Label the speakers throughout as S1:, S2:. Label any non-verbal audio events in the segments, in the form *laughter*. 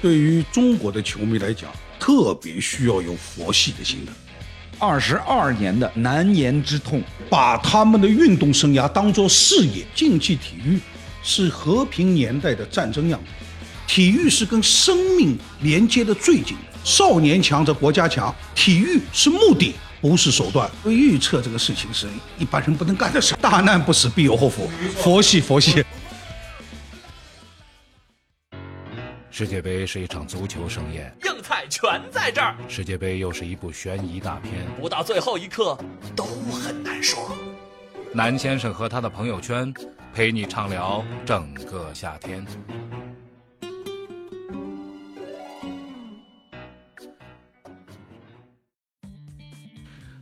S1: 对于中国的球迷来讲，特别需要有佛系的精神，
S2: 二十二年的难言之痛，
S1: 把他们的运动生涯当作事业。竞技体育是和平年代的战争样子，体育是跟生命连接的最紧的。少年强则国家强，体育是目的，不是手段。预测这个事情是一般人不能干的事，大难不死必有后福，佛系佛系。
S3: 世界杯是一场足球盛宴，
S4: 硬菜全在这儿，
S3: 世界杯又是一部悬疑大片。
S4: 不到最后一刻都很难说。
S3: 南先生和他的朋友圈，陪你畅聊整个夏天。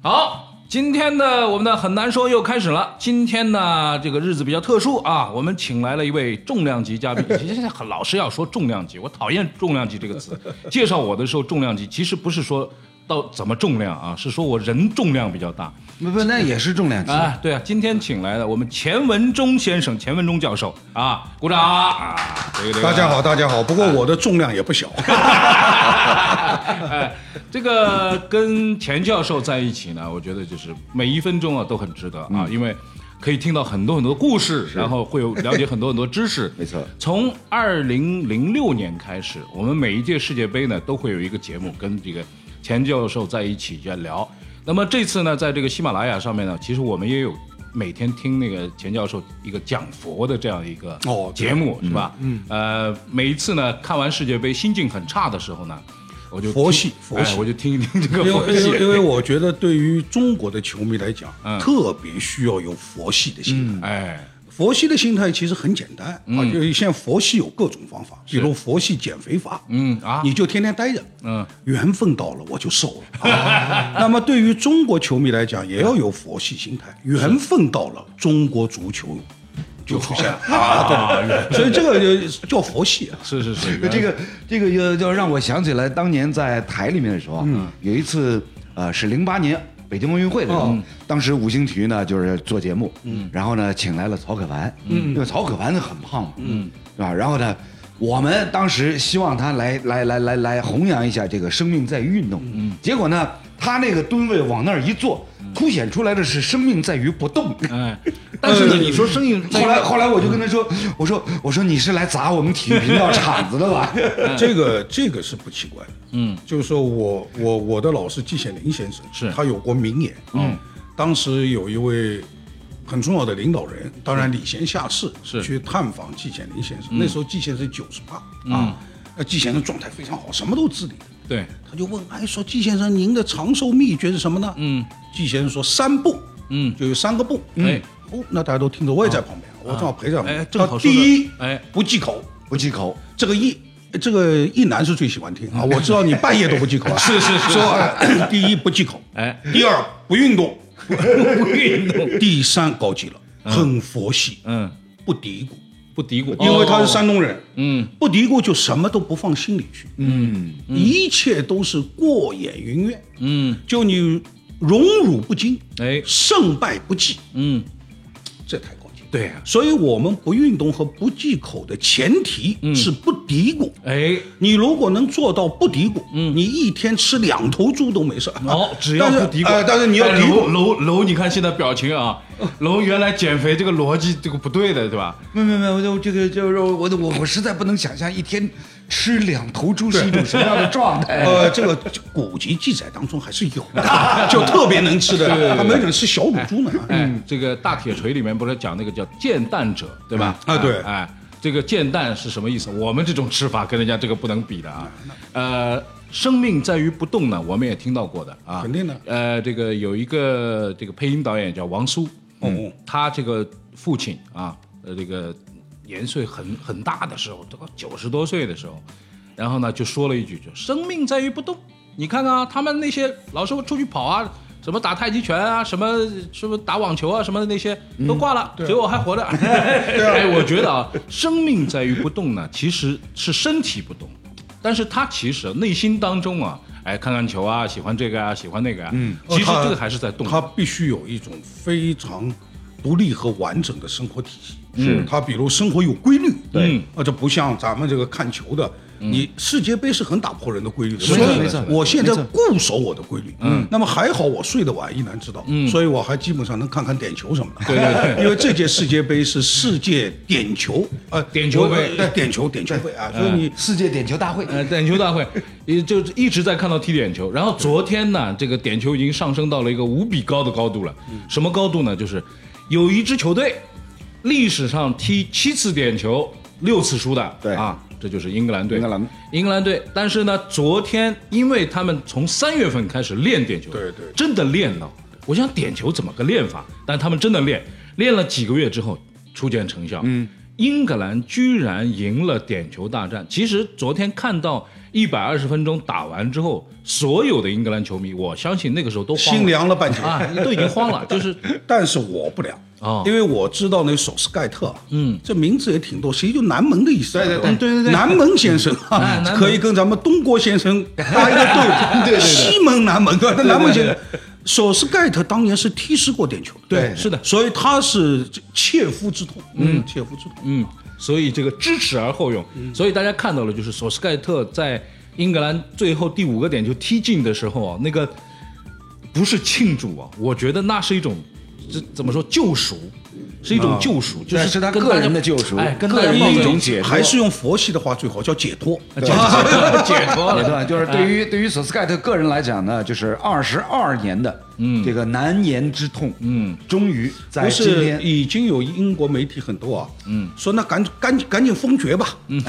S3: 好，今天的我们的很难说又开始了。今天呢，这个日子比较特殊啊，我们请来了一位重量级嘉宾。其实很老是要说重量级，我讨厌重量级这个词。介绍我的时候，重量级其实不是说到怎么重量啊，是说我人重量比较大。
S2: 不不，那也是重量级。
S3: 啊，对啊，今天请来了我们钱文忠先生，钱文忠教授啊，鼓掌！啊、这个
S1: 大家好，大家好。不过我的重量也不小。
S3: *laughs* 哎，这个跟钱教授在一起呢，我觉得就是每一分钟啊都很值得啊，因为可以听到很多很多故事，然后会有了解很多很多知识。
S2: 没错
S3: 从二零零六年开始，我们每一届世界杯呢都会有一个节目跟这个钱教授在一起在聊。那么这次呢，在这个喜马拉雅上面呢，其实我们也有每天听那个钱教授一个讲佛的这样一个
S1: 哦对
S3: 节目，是吧？嗯，呃，每一次呢看完世界杯心境很差的时候呢，我就听
S1: 佛系佛系
S3: 哎我就听一听这个
S1: 因
S3: 佛
S1: 为因为因
S3: 系。
S1: 为我觉得对于中国的球迷来讲，
S3: 嗯
S1: 特别需要有佛系的心态。
S3: 哎，
S1: 佛系的心态其实很简单
S3: 嗯
S1: 啊，就是现在佛系有各种方法，比如佛系减肥法，
S3: 嗯啊
S1: 你就天天待着，
S3: 嗯，
S1: 缘分到了我就瘦
S3: *laughs*
S1: 了。啊那么对于中国球迷来讲，也要有佛系心态，缘分到了，中国足球就出现了啊，对， *laughs* 所以这个就叫佛系啊。
S3: 是是是，
S2: 这个这个又又让我想起来当年在台里面的时候啊，有一次呃是零八年北京奥运会的时候，当时五星体育呢就是做节目，然后呢请来了曹可凡，因为曹可凡很胖嘛，是吧？然后呢。我们当时希望他来来来来来弘扬一下这个生命在于运动，结果呢，他那个吨位往那儿一坐，凸显出来的是生命在于不动。
S3: 哎，但是呢，你说生意，
S2: 嗯后来后来我就跟他说，我说我说你是来砸我们体育频道场子
S1: *laughs*
S2: 的吧？
S1: 这个这个是不奇怪的，嗯，就是说我我我的老师季羡林先生
S3: 是
S1: 他有过名言，嗯，当时有一位很重要的领导人，当然礼贤下士，
S3: 是
S1: 去探访季羡林先生，那时候季先生九十八啊，那季先生状态非常好，什么都自理，
S3: 对，
S1: 他就问，哎，说季先生您的长寿秘诀是什么呢？嗯，季先生说三不，
S3: 嗯
S1: 就有三个不，
S3: 哎，啊
S1: 哦，那大家都听着，我也在旁边，我正好陪在旁边，
S3: 哎正好
S1: 第
S3: 说的
S1: 一，
S3: 哎
S1: 不忌口。
S2: 不忌口，
S1: 这个一这个一男是最喜欢听
S3: *laughs*
S1: 啊，我知道你半夜都不忌口啊，
S3: 是是是
S1: 说呃第一不忌口，
S3: 哎，
S1: 第二不运动，
S3: *laughs* 不运动，
S1: *laughs* 第三高级了，很佛系，
S3: 嗯，
S1: 不嘀咕，
S3: 不嘀咕，
S1: 因为
S3: 哦
S1: 他是山东人，
S3: 嗯，
S1: 不嘀咕就什么都不放心里去，嗯，一切都是过眼云烟，
S3: 嗯，
S1: 就你荣辱不惊，
S3: 哎，
S1: 胜败不计，
S3: 嗯，
S1: 这太高级了。
S3: 对啊呀，
S1: 所以，我们不运动和不忌口的前提
S3: 嗯
S1: 是不嘀咕。
S3: 哎，
S1: 你如果能做到不嘀咕，嗯，你一天吃两头猪都没事。
S3: 哦，只要不嘀咕，
S1: 但是,、呃、但是你要
S3: 哎
S1: 嘀
S3: 楼
S1: 咕，
S3: 楼楼，你看现在表情啊，楼原来减肥这个逻辑这个不对的，对吧？
S2: 没有没有没有，我就这个就是我我我我实在不能想象一天吃两头猪是一种什么样的状
S1: *laughs*
S2: 态。
S1: 呃，这个古籍记载当中还是有的，就特别能吃的，他没准吃小乳猪呢。啊
S3: 哎，这个大铁锤里面不是讲那个叫见蛋者，对吧？
S1: 啊对
S3: 哎，这个见蛋是什么意思？我们这种吃法跟人家这个不能比的啊。呃，生命在于不动呢，我们也听到过的啊。
S1: 肯定的
S3: 呃，这个有一个这个配音导演叫王苏，
S1: 哦，
S3: 他这个父亲啊，呃，这个年岁很很大的时候，这个九十多岁的时候，然后呢就说了一句，就生命在于不动。你看看啊，他们那些老是出去跑啊，什么打太极拳啊，什么什么打网球啊，什么的那些都挂了，结果还活着。哎，我觉得啊，生命在于不动呢，其实是身体不动。但是他其实内心当中啊，哎，看看球
S1: 哦
S3: 啊，喜欢这个啊，喜欢那个啊，嗯，其实这个还是在动的。
S1: 他必须有一种非常独立和完整的生活体系。是，它比如生活有规律，
S3: 对嗯
S1: 啊，这不像咱们这个看球的，你世界杯是很打破人的规律的，
S2: 是
S1: 所
S2: 的没
S1: 以
S2: 错
S1: 我现在固守我的规律。嗯，那么还好我睡得晚，一难知道，嗯，所以我还基本上能看看点球什么的。
S3: 对对
S1: *laughs*
S3: 对
S1: 因为这届世界杯是世界点球，呃，
S3: 点球杯
S1: 我对，点球点球杯啊，所以你
S2: 世界点球大会，
S3: 呃，点球大会，也就一直在看到踢点球。然后昨天呢，这个点球已经上升到了一个无比高的高度了。
S2: 嗯
S3: 什么高度呢？就是有一支球队历史上踢七次点球，六次输的。
S2: 对
S3: 啊，这就是英格兰队。
S2: 英格兰，
S3: 英格兰队。但是呢，昨天因为他们从三月份开始练点球，
S1: 对对
S3: 真的练了。我想点球怎么个练法？但他们真的练，练了几个月之后，初见成效。嗯，英格兰居然赢了点球大战。其实昨天看到一百二十分钟打完之后，所有的英格兰球迷，我相信那个时候都慌了
S1: 心凉了半截。
S3: 啊，都已经慌了，就是
S1: *laughs* 但是我不聊
S3: 哦
S1: 因为我知道那首斯盖特，嗯，这名字也挺多，其实就南门的意思。对啊对
S3: 嗯对对对对
S1: 南门先生
S3: 哎
S1: 啊
S3: *laughs* 南，门
S1: 可以跟咱们东郭先
S3: *laughs*
S1: 生搭一个队伍，对对对，西门南门对吧，南门先生。首斯盖特当年是踢失过点球的，
S3: 对，是的，
S1: 所以他是切肤之痛，嗯，切肤之痛。
S3: 嗯，所以这个知耻而后勇，
S2: 嗯
S3: 所以大家看到了，就是索斯盖特在英格兰最后第五个点球踢进的时候啊，那个不是庆祝啊，我觉得那是一种这怎么说救赎，是一种救赎，就
S2: 啊对是他
S3: 跟
S2: 个
S3: 大家
S2: 人的救赎
S3: 哎，跟
S2: 个
S3: 大家
S2: 人
S3: 抱
S2: 的
S3: 着
S2: 一种
S3: 一
S2: 解脱
S1: 还是用佛系的话最好，叫解脱。
S3: 解脱解脱
S2: 对吧？
S3: 了，
S2: 呃就是对
S1: 哎
S2: 于对于索斯盖特个人来讲呢，就是二十二年的这个难言之痛，嗯，终于在
S1: 嗯不
S2: 今
S1: 是
S2: 天
S1: 已经有英国媒体很多啊，嗯，说那赶赶紧赶紧封爵吧， *laughs* 嗯，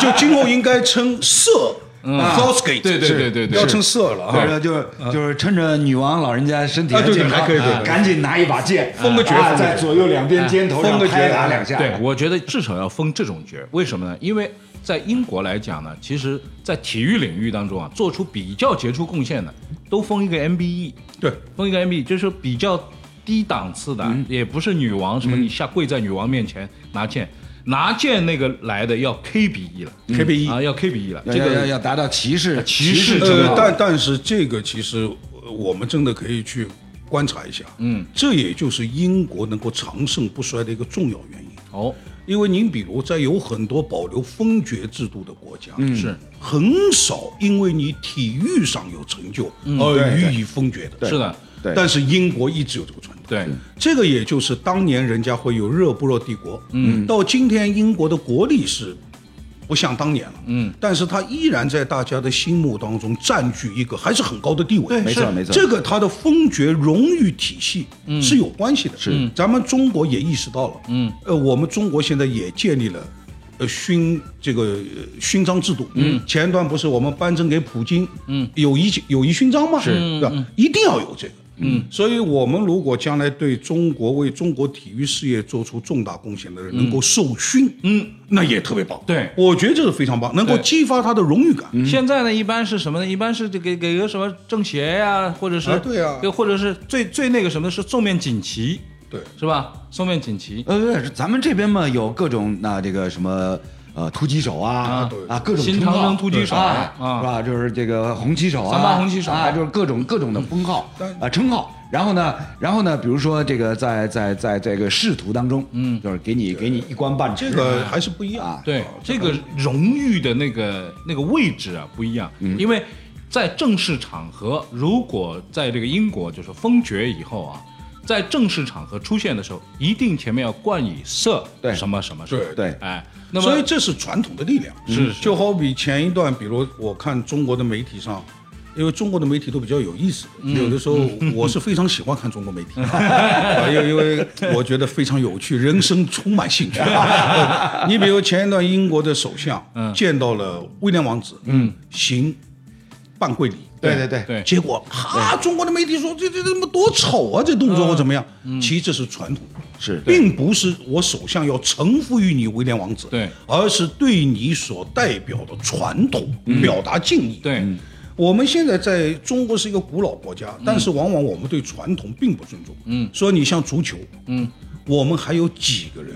S1: 就今后应该称 Sir 啊 Southgate，
S3: 对对对对对
S1: 要称 Sir 了
S2: 或
S1: 啊。
S2: 者就是就是趁着女王老人家身体
S1: 啊对对
S2: 健康，
S1: 还可以对对
S2: 赶紧拿一把剑，
S1: 封个爵
S2: 啊
S1: 封个爵哎
S2: 在左右两边肩头上
S1: 封个爵
S2: 拍打两下。
S3: 对，我觉得至少要封这种角，为什么呢？因为在英国来讲呢，其实，在体育领域当中啊，做出比较杰出贡献的，都封一个 E MBE。
S1: 对，
S3: 封一个 MB 就是比较低档次的，
S1: 嗯
S3: 也不是女王什么，你下跪在女王面前拿剑，拿剑那个来的要 K 比一了
S1: 嗯 K 比一
S3: 啊，要 K 比一了，
S2: 要
S3: 这
S2: 要要
S3: 个
S2: 要达到骑士
S3: 骑士
S2: 之
S1: 呃
S2: 道，
S1: 但但是这个其实呃我们真的可以去观察一下，嗯，这也就是英国能够长盛不衰的一个重要原因。
S3: 哦，
S1: 因为您比如在有很多保留封爵制度的国家，嗯
S3: 是
S1: 很少因为你体育上有成就而
S2: 对对
S1: 予以封爵的，
S3: 是的，
S2: 对
S1: 但是英国一直有这个传统。
S3: 对，
S1: 这个也就是当年人家会有热不热帝国，嗯，到今天英国的国力是不像当年了，嗯，但是它依然在大家的心目当中占据一个还是很高的地位，对
S2: 没错是没错
S1: 这个它的封爵荣誉体系是有关系的，是，咱们中国也意识到了，嗯，呃，我们中国现在也建立了。呃，勋这个呃勋章制度，嗯，前一段不是我们颁证给普京，嗯，友谊友谊勋章吗？是，对吧？一定要有这个，嗯，所以我们如果将来对中国为中国体育事业做出重大贡献的人能够授勋，嗯，那也特别棒。
S3: 对
S1: 我觉得这是非常棒，能够
S3: 对
S1: 激发他的荣誉感。
S3: 现在呢，一般是什么呢？一般是这给给个什么政协呀、或者是、
S1: 啊对啊
S3: 或者是最最那个什么是送面锦旗，
S1: 对，
S3: 是吧？送面锦旗，
S2: 呃，不是咱们这边嘛有各种那这个什么呃突击手啊
S1: 对
S2: 啊各种
S3: 新
S2: 称号
S3: 长征突击手
S2: 啊
S3: 啊
S2: 是吧？就是这个红旗手啊，
S3: 三八红旗手嗯
S2: 啊，就是各种各种的封号啊称号。然后呢，然后呢，比如说这个在在在这个仕途当中，嗯，就是给你给你一官半职，
S1: 这个还是不一样
S2: 啊。
S3: 对，这个荣誉的那个那个位置啊不一样，
S1: 嗯
S3: 因为在正式场合，如果在这个英国就是封爵以后啊，在正式场合出现的时候，一定前面要冠以 Sir
S2: 对
S3: 什么什么什么，
S1: 对
S2: 对
S3: 哎，那么
S1: 所以这是传统的力量。
S3: 是是
S1: 就好比前一段，比如我看中国的媒体上。因为中国的媒体都比较有意思，
S3: 嗯
S1: 有的时候我是非常喜欢看中国媒
S3: *laughs*
S1: 体，啊因为因为我觉得非常有趣，人生充满
S3: *laughs*
S1: 兴趣。你比如前一段英国的首相
S3: 嗯
S1: 见到了威廉王子，嗯，行半跪礼，
S2: 对对对
S3: 对
S1: 结果哈，中国的媒体说这这这他妈多丑啊，这动作或怎么样？
S3: 嗯
S1: 其实这是传统，
S2: 是
S1: 并不是我首相要臣服于你威廉王子，
S3: 对
S1: 而是对你所代表的传统表达敬意。
S3: 嗯对嗯，
S1: 我们现在在中国是一个古老国家，但是往往我们对传统并不尊重。嗯，说你像足球，嗯，我们还有几个人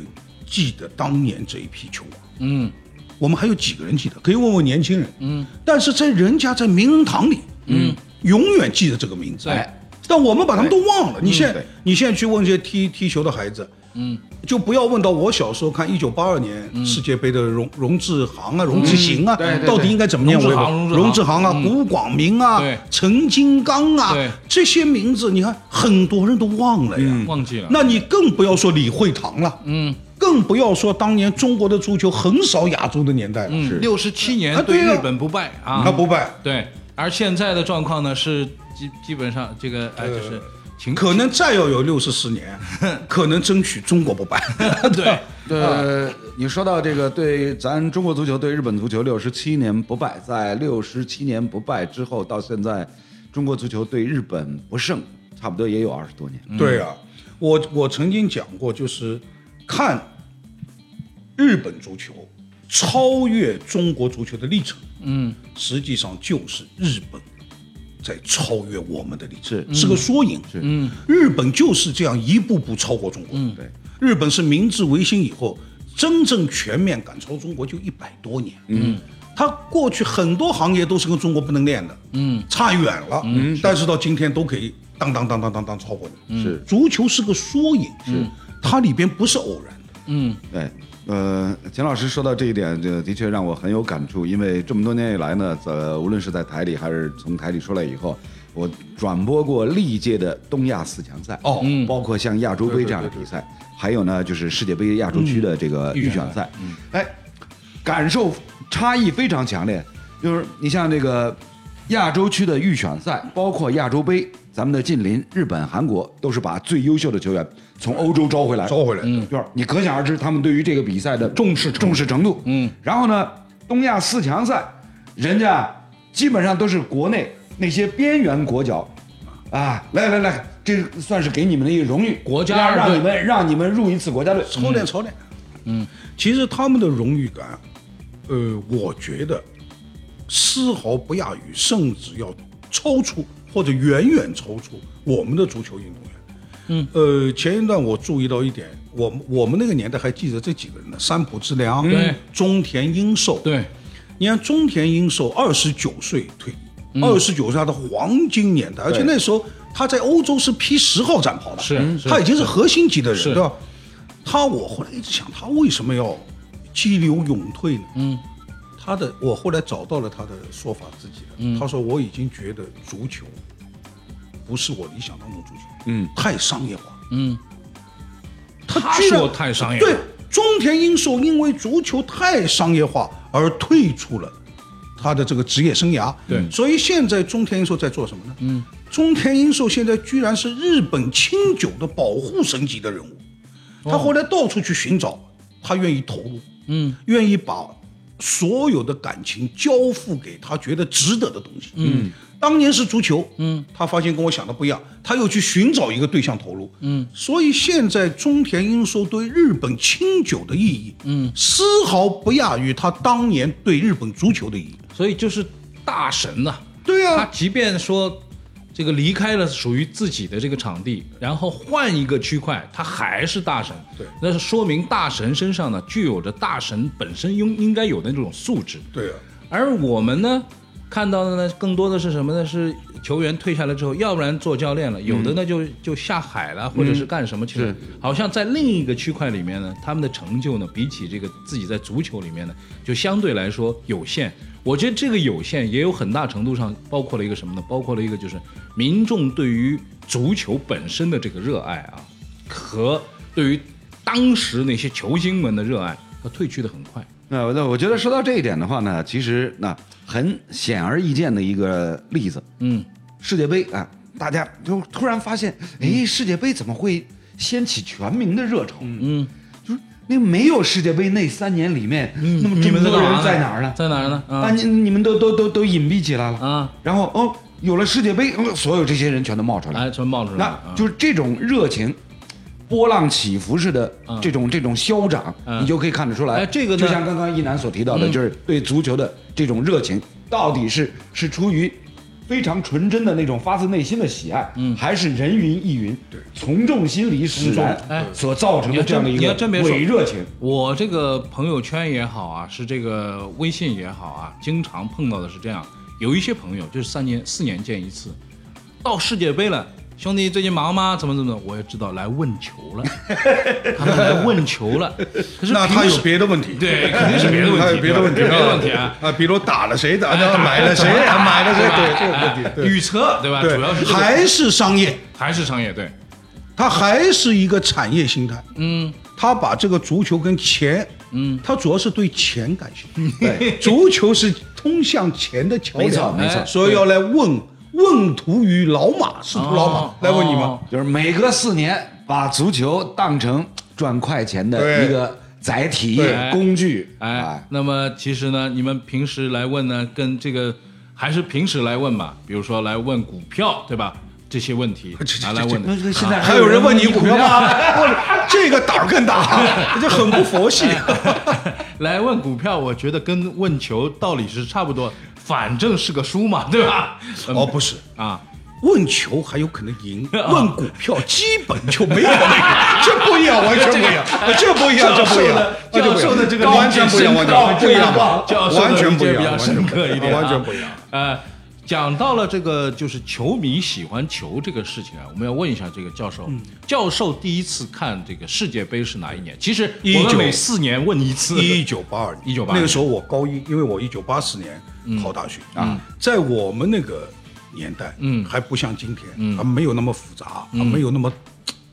S1: 记得当年这一批球王？
S3: 嗯，
S1: 我们还有几个人记得？可以问问年轻人。嗯，但是在人家在名人堂里，嗯，永远记得这个名字。
S3: 对，
S1: 但我们把他们都忘了。你现在
S2: 对
S1: 你现在去问这些踢踢球的孩子，嗯，就不要问到我小时候看一九八二年世界杯的荣荣志航啊、荣志行啊
S2: 嗯对，对
S1: 到底应该怎么念？
S3: 荣
S1: 我
S3: 志
S1: 也
S3: 航
S1: 不荣
S3: 荣
S1: 志
S3: 志
S1: 航啊、
S3: 航
S1: 古广明啊
S3: 嗯对、
S1: 陈金刚啊
S3: 对，嗯
S1: 这些名字，你看很多人都忘了呀。
S3: 忘记了。
S1: 那你更不要说李惠堂了，嗯，更不要说当年中国的足球横扫亚洲的年代了，
S3: 嗯，六十七
S1: 啊
S3: 年
S1: 对
S3: 对
S1: 啊
S3: 日本不败啊，
S1: 他不败，
S3: 对，而现在的状况呢是基基本上这个哎就是情
S1: 可能再要有六十四
S3: *laughs*
S1: 年，可能争取中国不败。
S3: 对
S2: 呃，你说到这个对咱中国足球对日本足球六十七年不败，在六十七年不败之后到现在，中国足球对日本不胜，差不多也有二十多年。
S1: *laughs* 对啊，我我曾经讲过，就是看日本足球超越中国足球的历程，嗯，实际上就是日本在超越我们的历程，是个缩影。是，嗯，日本就是这样一步步超过中国。嗯，
S2: 对，
S1: 日本是明治维新以后真正全面赶超中国就一百多年。嗯。它过去很多行业都是跟中国不能练的，嗯，差远了，嗯，但是到今天都可以当当当当当当超过你，
S2: 是
S1: 足球是个缩影，是它里边不是偶然的。
S2: 对，呃，钱老师说到这一点，这的确让我很有感触，因为这么多年以来呢，呃，无论是在台里还是从台里出来以后，我转播过历届的东亚四强赛，
S1: 哦
S2: 包括像亚洲杯这样的比赛，还有呢就是世界杯亚洲区的这个嗯预选赛，哎，感受差异非常强烈，就是你像这个亚洲区的预选赛，包括亚洲杯。咱们的近邻日本、韩国都是把最优秀的球员从欧洲招回来，
S1: 招回来的
S2: 就是你可想而知他们对于这个比赛的重视重视程度。嗯嗯，然后呢，东亚四强赛，人家基本上都是国内那些边缘国脚，啊，来来来，这算是给你们的一个荣誉，
S3: 国家
S2: 让让
S3: 二队
S2: 你们让你们入一次国家队。
S1: 操练操练，嗯，其实他们的荣誉感，呃，我觉得丝毫不亚于，甚至要超出或者远远超出我们的足球运动员。嗯，呃，前一段我注意到一点，我们我们那个年代还记得这几个人呢，三浦知良，
S3: 对
S1: 中田英寿，
S3: 对，
S1: 你看中田英寿二十九岁退役，二十九是他的黄金年代，而且那时候他在欧洲是披十号战袍的，
S3: 是
S1: 嗯
S3: 是
S1: 他已经是核心级的人，
S3: 是
S1: 对吧？他我后来一直想，他为什么要激流勇退呢？嗯，他的我后来找到了他的说法自己的，他说我已经觉得足球不是我理想当中足球，嗯，太商业化，
S3: 嗯，
S1: 他
S3: 他
S1: 居然
S3: 说太商业化
S1: 对，中田英寿因为足球太商业化而退出了他的这个职业生涯。
S3: 对
S1: 所以现在中田英寿在做什么呢？嗯，中田英寿现在居然是日本清酒的保护神级的人物，他后来到处去寻找，他愿意投入，嗯，愿意把所有的感情交付给他觉得值得的东西。嗯，当年是足球，嗯，他发现跟我想的不一样，他又去寻找一个对象投入，嗯，所以现在中田英寿对日本清酒的意义，嗯，丝毫不亚于他当年对日本足球的意义。
S3: 所以就是大神呐、
S1: 对
S3: 他
S1: 啊，
S3: 即便说这个离开了属于自己的这个场地，然后换一个区块，他还是大神。
S1: 对
S3: 那是说明大神身上呢具有着大神本身应应该有的那种素质。
S1: 对啊，
S3: 而我们呢，看到的呢，更多的是什么呢？是球员退下来之后，要不然做教练了，有的呢就就下海了，或者是干什么去了。好像在另一个区块里面呢，他们的成就呢，比起这个自己在足球里面呢，就相对来说有限。我觉得这个有限也有很大程度上包括了一个什么呢？包括了一个就是民众对于足球本身的这个热爱啊，和对于当时那些球星们的热爱，它退去的很快。
S2: 那那我觉得说到这一点的话呢，其实那很显而易见的一个例子，
S3: 嗯，
S2: 世界杯啊，大家就突然发现，哎，世界杯怎么会掀起全民的热潮？嗯，就是那没有世界杯那三年里面，
S3: 嗯
S2: 那么这么多人在哪儿呢？
S3: 啊在哪儿呢？
S1: 嗯
S3: 啊
S2: 啊，你你们都都都都隐蔽起来了
S3: 啊！
S2: 然后哦，有了世界杯，哦所有这些人全都冒出来
S3: 哎，
S2: 了，
S3: 全冒出来
S2: 那
S3: 了，
S2: 就是这种热情。波浪起伏式的
S3: 嗯
S2: 这种这种消长，
S3: 嗯
S2: 你就可以看得出来。
S3: 哎这个呢
S2: 就像刚刚一楠所提到的，
S3: 嗯
S2: 就是对足球的这种热情，到底是是出于非常纯真的那种发自内心的喜爱，
S3: 嗯
S2: 还是人云亦云，从众心理使然
S3: 众哎
S2: 所造成的这样的一
S3: 你
S2: 个
S3: 还真别说
S2: 伪热情？
S3: 我这个朋友圈也好啊，是这个微信也好啊，经常碰到的是这样，有一些朋友就是三年四年见一次，到世界杯了，兄弟最近忙吗？怎么怎么的？我也知道来问球
S1: *laughs*
S3: 了，他们来问球了。可是
S1: 那他
S3: 平
S1: 有
S3: 时
S1: 别的问题， *laughs* 哎
S3: 对肯定是别的问题
S1: 他有别的问题，
S3: 别的问题啊
S1: 啊，比如打了谁的，啊
S3: 打
S1: 买了谁，
S3: 怎么
S1: 啊
S3: 打
S1: 买了谁，
S3: 对
S1: 对
S3: 吧
S1: 这个问题，对
S3: 预测对吧？啊主要是
S1: 对，
S3: 这个
S1: 还是商业，
S3: *laughs* 还是商业对，
S1: 他还是一个产业心态，
S3: 嗯
S1: 他把这个足球跟钱，
S3: 嗯，
S1: 他主要是对钱感兴趣，哎
S2: 对，
S1: 足球是通向钱的桥
S2: 没错
S1: 梁，
S2: 没
S3: 哎
S2: 错，
S1: 所以要来问问途于老马，仕途老马
S3: 哦
S1: 来问你
S3: 哦
S1: 吗？
S2: 就是每隔四年把足球当成赚快钱的
S1: 对
S2: 一个载体
S1: 对
S2: 工具，
S3: 哎，，那么其实呢，你们平时来问呢，跟这个还是平时来问吧，比如说来问股票，对吧？这些问题拿来问的。
S2: 那现在
S1: 还有人问你股票吗？
S3: 哦
S1: 我这个胆儿更
S3: *laughs*
S1: 大，这很不佛系。
S3: *laughs* 哎来问股票，我觉得跟问球道理是差不多，反正是个输嘛，对吧？
S1: 哦，不是，
S3: 啊，
S1: 问球还有可能
S3: *laughs*
S1: 赢，问股票基本就没有那个，这不一样，完全不一样，这不一样，这不一样，这
S3: 教
S1: 不一
S3: 授
S1: 样
S3: 的这个
S1: 完全不一样，
S3: 理
S1: 完
S3: 解深刻
S1: 全不一样，
S3: 教授的
S1: 完全不一
S3: 理解比
S1: 样，
S3: 较深刻一点，
S1: 完全不一样。。
S3: 呃，讲到了这个就是球迷喜欢球这个事情啊，我们要问一下这个教授，教授第一次看这个世界杯是哪一年？其实我们
S1: 19
S3: 每四年问一次，
S1: 一九八二年，
S3: 1982
S1: 那个时候我高一，因为我一九八四年考大学啊，在我们那个年代，
S3: 嗯
S1: 还不像今天，还没有那么复杂，还没有那么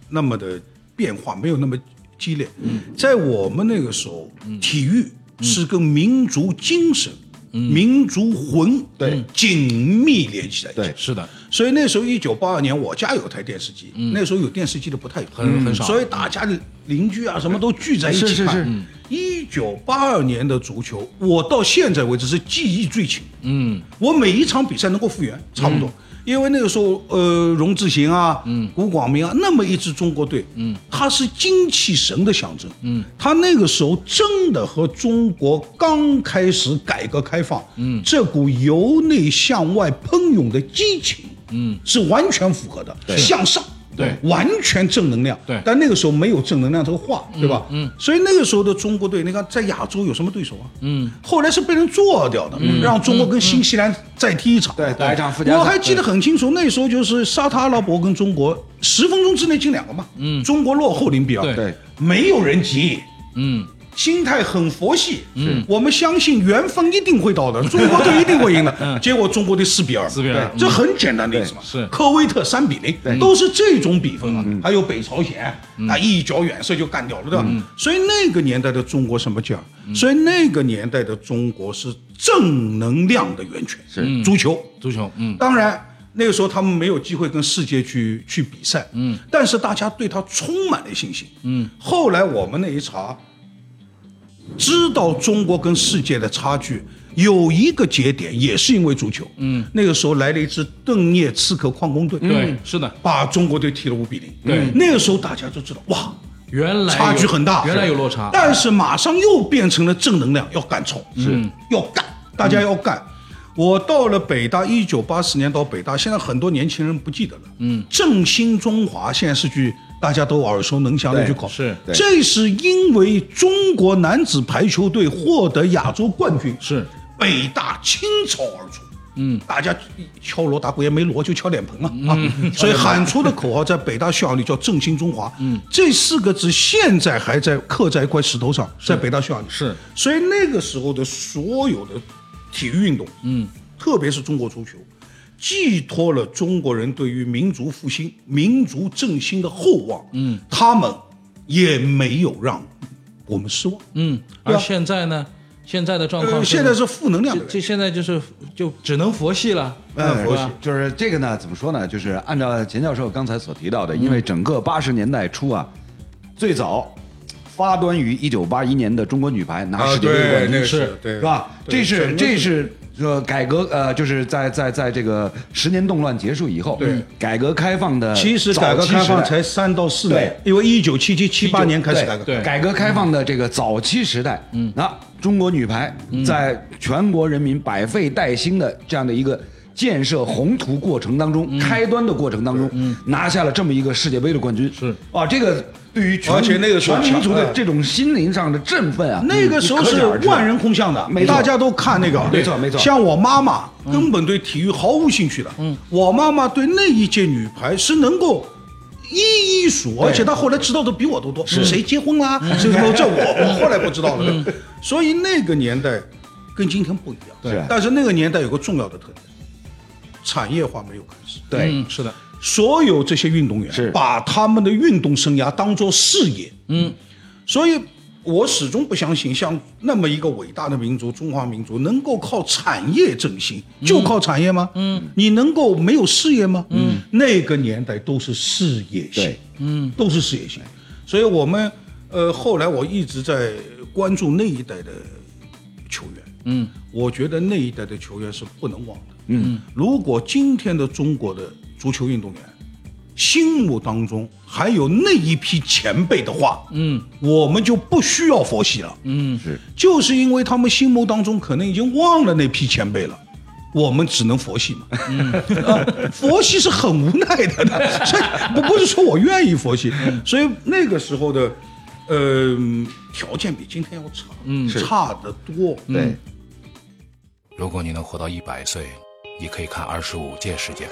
S1: 那么的变化，没有那么激烈。在我们那个时候，体育是跟民族精神、民族魂对紧密联系在一起
S2: 对。
S3: *laughs* 是的，
S1: 所以那时候一九八二年，我家有台电视机，那时候有电视机的不太多，
S3: 很很少
S1: 所以大家的邻居啊什么都聚在一起看。
S2: 是是是
S1: 嗯一九八二年的足球，我到现在为止是记忆最清，
S3: 嗯
S1: 我每一场比赛能够复原，差不多。因为那个时候，呃，荣志行啊，嗯，古广明啊，那么一支中国队，嗯，他是精气神的象征，嗯，他那个时候真的和中国刚开始改革开放，嗯，这股由内向外喷涌的激情，嗯，是完全符合的，向上。
S3: 对
S1: 完全正能量。
S3: 对
S1: 但那个时候没有正能量这个话，对吧？嗯，所以那个时候的中国队，你看在亚洲有什么对手啊？嗯，后来是被人做掉的，让中国跟新西兰再踢一场。
S2: 嗯对打一场附加赛
S1: 我还记得很清楚，那时候就是沙特阿拉伯跟中国十分钟之内进两个嘛，嗯，中国落后零比二，
S2: 对，
S1: 没有人急。
S3: 嗯，
S1: 心态很佛系，嗯，我们相信缘分一定会到 *laughs* 的，中国队一定会赢的。结果中国队嗯四比二，
S3: 4比2
S1: 对这很简单的例子嘛。
S3: 对是
S1: 科威特三比零，都是这种比分啊。还有北朝鲜，啊，一脚远射就干掉了，对吧？所以那个年代的中国什么劲儿？所以那个年代的中国是正能量的源泉，是足球。
S3: 足球，嗯
S1: 当然，那个时候他们没有机会跟世界去去比赛，嗯，但是大家对他充满了信心，嗯。后来我们那一查，知道中国跟世界的差距，有一个节点也是因为足球，嗯，那个时候来了一支顿涅茨克矿工队，
S3: 对，是的，
S1: 把中国队踢了五比零，
S3: 对
S1: 那个时候大家就知道哇。
S3: 原来有
S1: 差距很大，
S3: 原来有落差，
S1: 但是马上又变成了正能量，要敢冲，是要干，大家要干。我到了北大，一九八四年到北大，现在很多年轻人不记得了。嗯，振兴中华现在是句大家都耳熟能详的一句口号。
S3: 是
S2: 对
S1: 这是因为中国男子排球队获得亚洲冠军，
S3: 是
S1: 北大倾巢而出。嗯，大家敲锣打鼓也没锣，就敲脸盆嘛、
S3: 嗯
S1: 啊， *laughs* 所以喊出的口号在北大校园里叫“振兴中华”。嗯，这四个字现在还在刻在一块石头上，在北大校园里。
S3: 是，
S1: 所以那个时候的所有的体育运动，嗯，特别是中国足球，寄托了中国人对于民族复兴、民族振兴的厚望。嗯，他们也没有让我们失望。
S3: 嗯，
S1: 对
S3: 而
S1: 啊
S3: 现在呢，现在的状况
S1: 呃，
S3: 是
S1: 现在是负能量
S3: 这
S1: 的。哎
S3: 这现在就是就只能佛系了，
S2: 嗯，
S3: 是吧
S2: 就是这个呢，怎么说呢？就是按照钱教授刚才所提到的，
S1: 嗯
S2: 因为整个八十年代初啊，最早发端于一九八一年的中国女排拿世界杯冠军，
S1: 那个
S3: 是
S1: 啊对
S2: 是吧？
S1: 对
S2: 这
S1: 整
S2: 是
S1: 个
S2: 这是呃改革呃，就是在在在这个十年动乱结束以后，
S1: 对
S2: 改革开放的
S1: 其实改革开放才三到四年
S2: 对，
S1: 因为一九七七七八年开始改革，
S3: 对
S2: 改革开放的这个早期时代，嗯，那中国女排
S1: 嗯
S2: 在全国人民百废待兴的这样的一个建设宏图
S1: 嗯
S2: 过程当中，开端的过程当中，拿下了这么一个世界杯的冠军，
S3: 是
S2: 啊，这个对于全
S1: 而且那个时候
S2: 全民族的
S1: 强哎
S2: 这种心灵上的振奋啊，
S1: 那个时候是万人空巷的
S2: 没，错
S1: 大家都看那个，
S2: 没错没错嗯
S1: 像我妈妈根本对体育毫无兴趣的，我妈妈对那一届女排是能够。一一数，而且她后来知道的比我都多。谁结婚啦？
S2: 嗯
S1: 谁什么？这我
S2: *laughs*
S1: 我后来不知道了。所以那个年代跟今天不一样。
S2: 是
S1: 但是那个年代有个重要的特点，产业化没有开始。
S2: 对，
S3: 嗯，是的，
S1: 所有这些运动员
S2: 是
S1: 把他们的运动生涯当做事业，嗯，所以我始终不相信像那么一个伟大的民族中华民族能够靠产业振兴，就靠产业吗？嗯，你能够没有事业吗？嗯，那个年代都是事业性
S2: 对，
S1: 嗯，都是事业性，所以我们呃后来我一直在关注那一代的球员，嗯，我觉得那一代的球员是不能忘的，嗯，如果今天的中国的足球运动员心目当中还有那一批前辈的话，嗯，我们就不需要佛系了，
S3: 嗯，
S2: 是
S1: 就是因为他们心目当中可能已经忘了那批前辈了。我们只能佛系嘛， *laughs* 啊佛系是很无奈的的，所以不不是说我愿意佛系，所以那个时候的，呃，条件比今天要差，嗯差得多，
S2: 对，
S3: 如果你能活到一百岁，你可以看二十五届世界杯。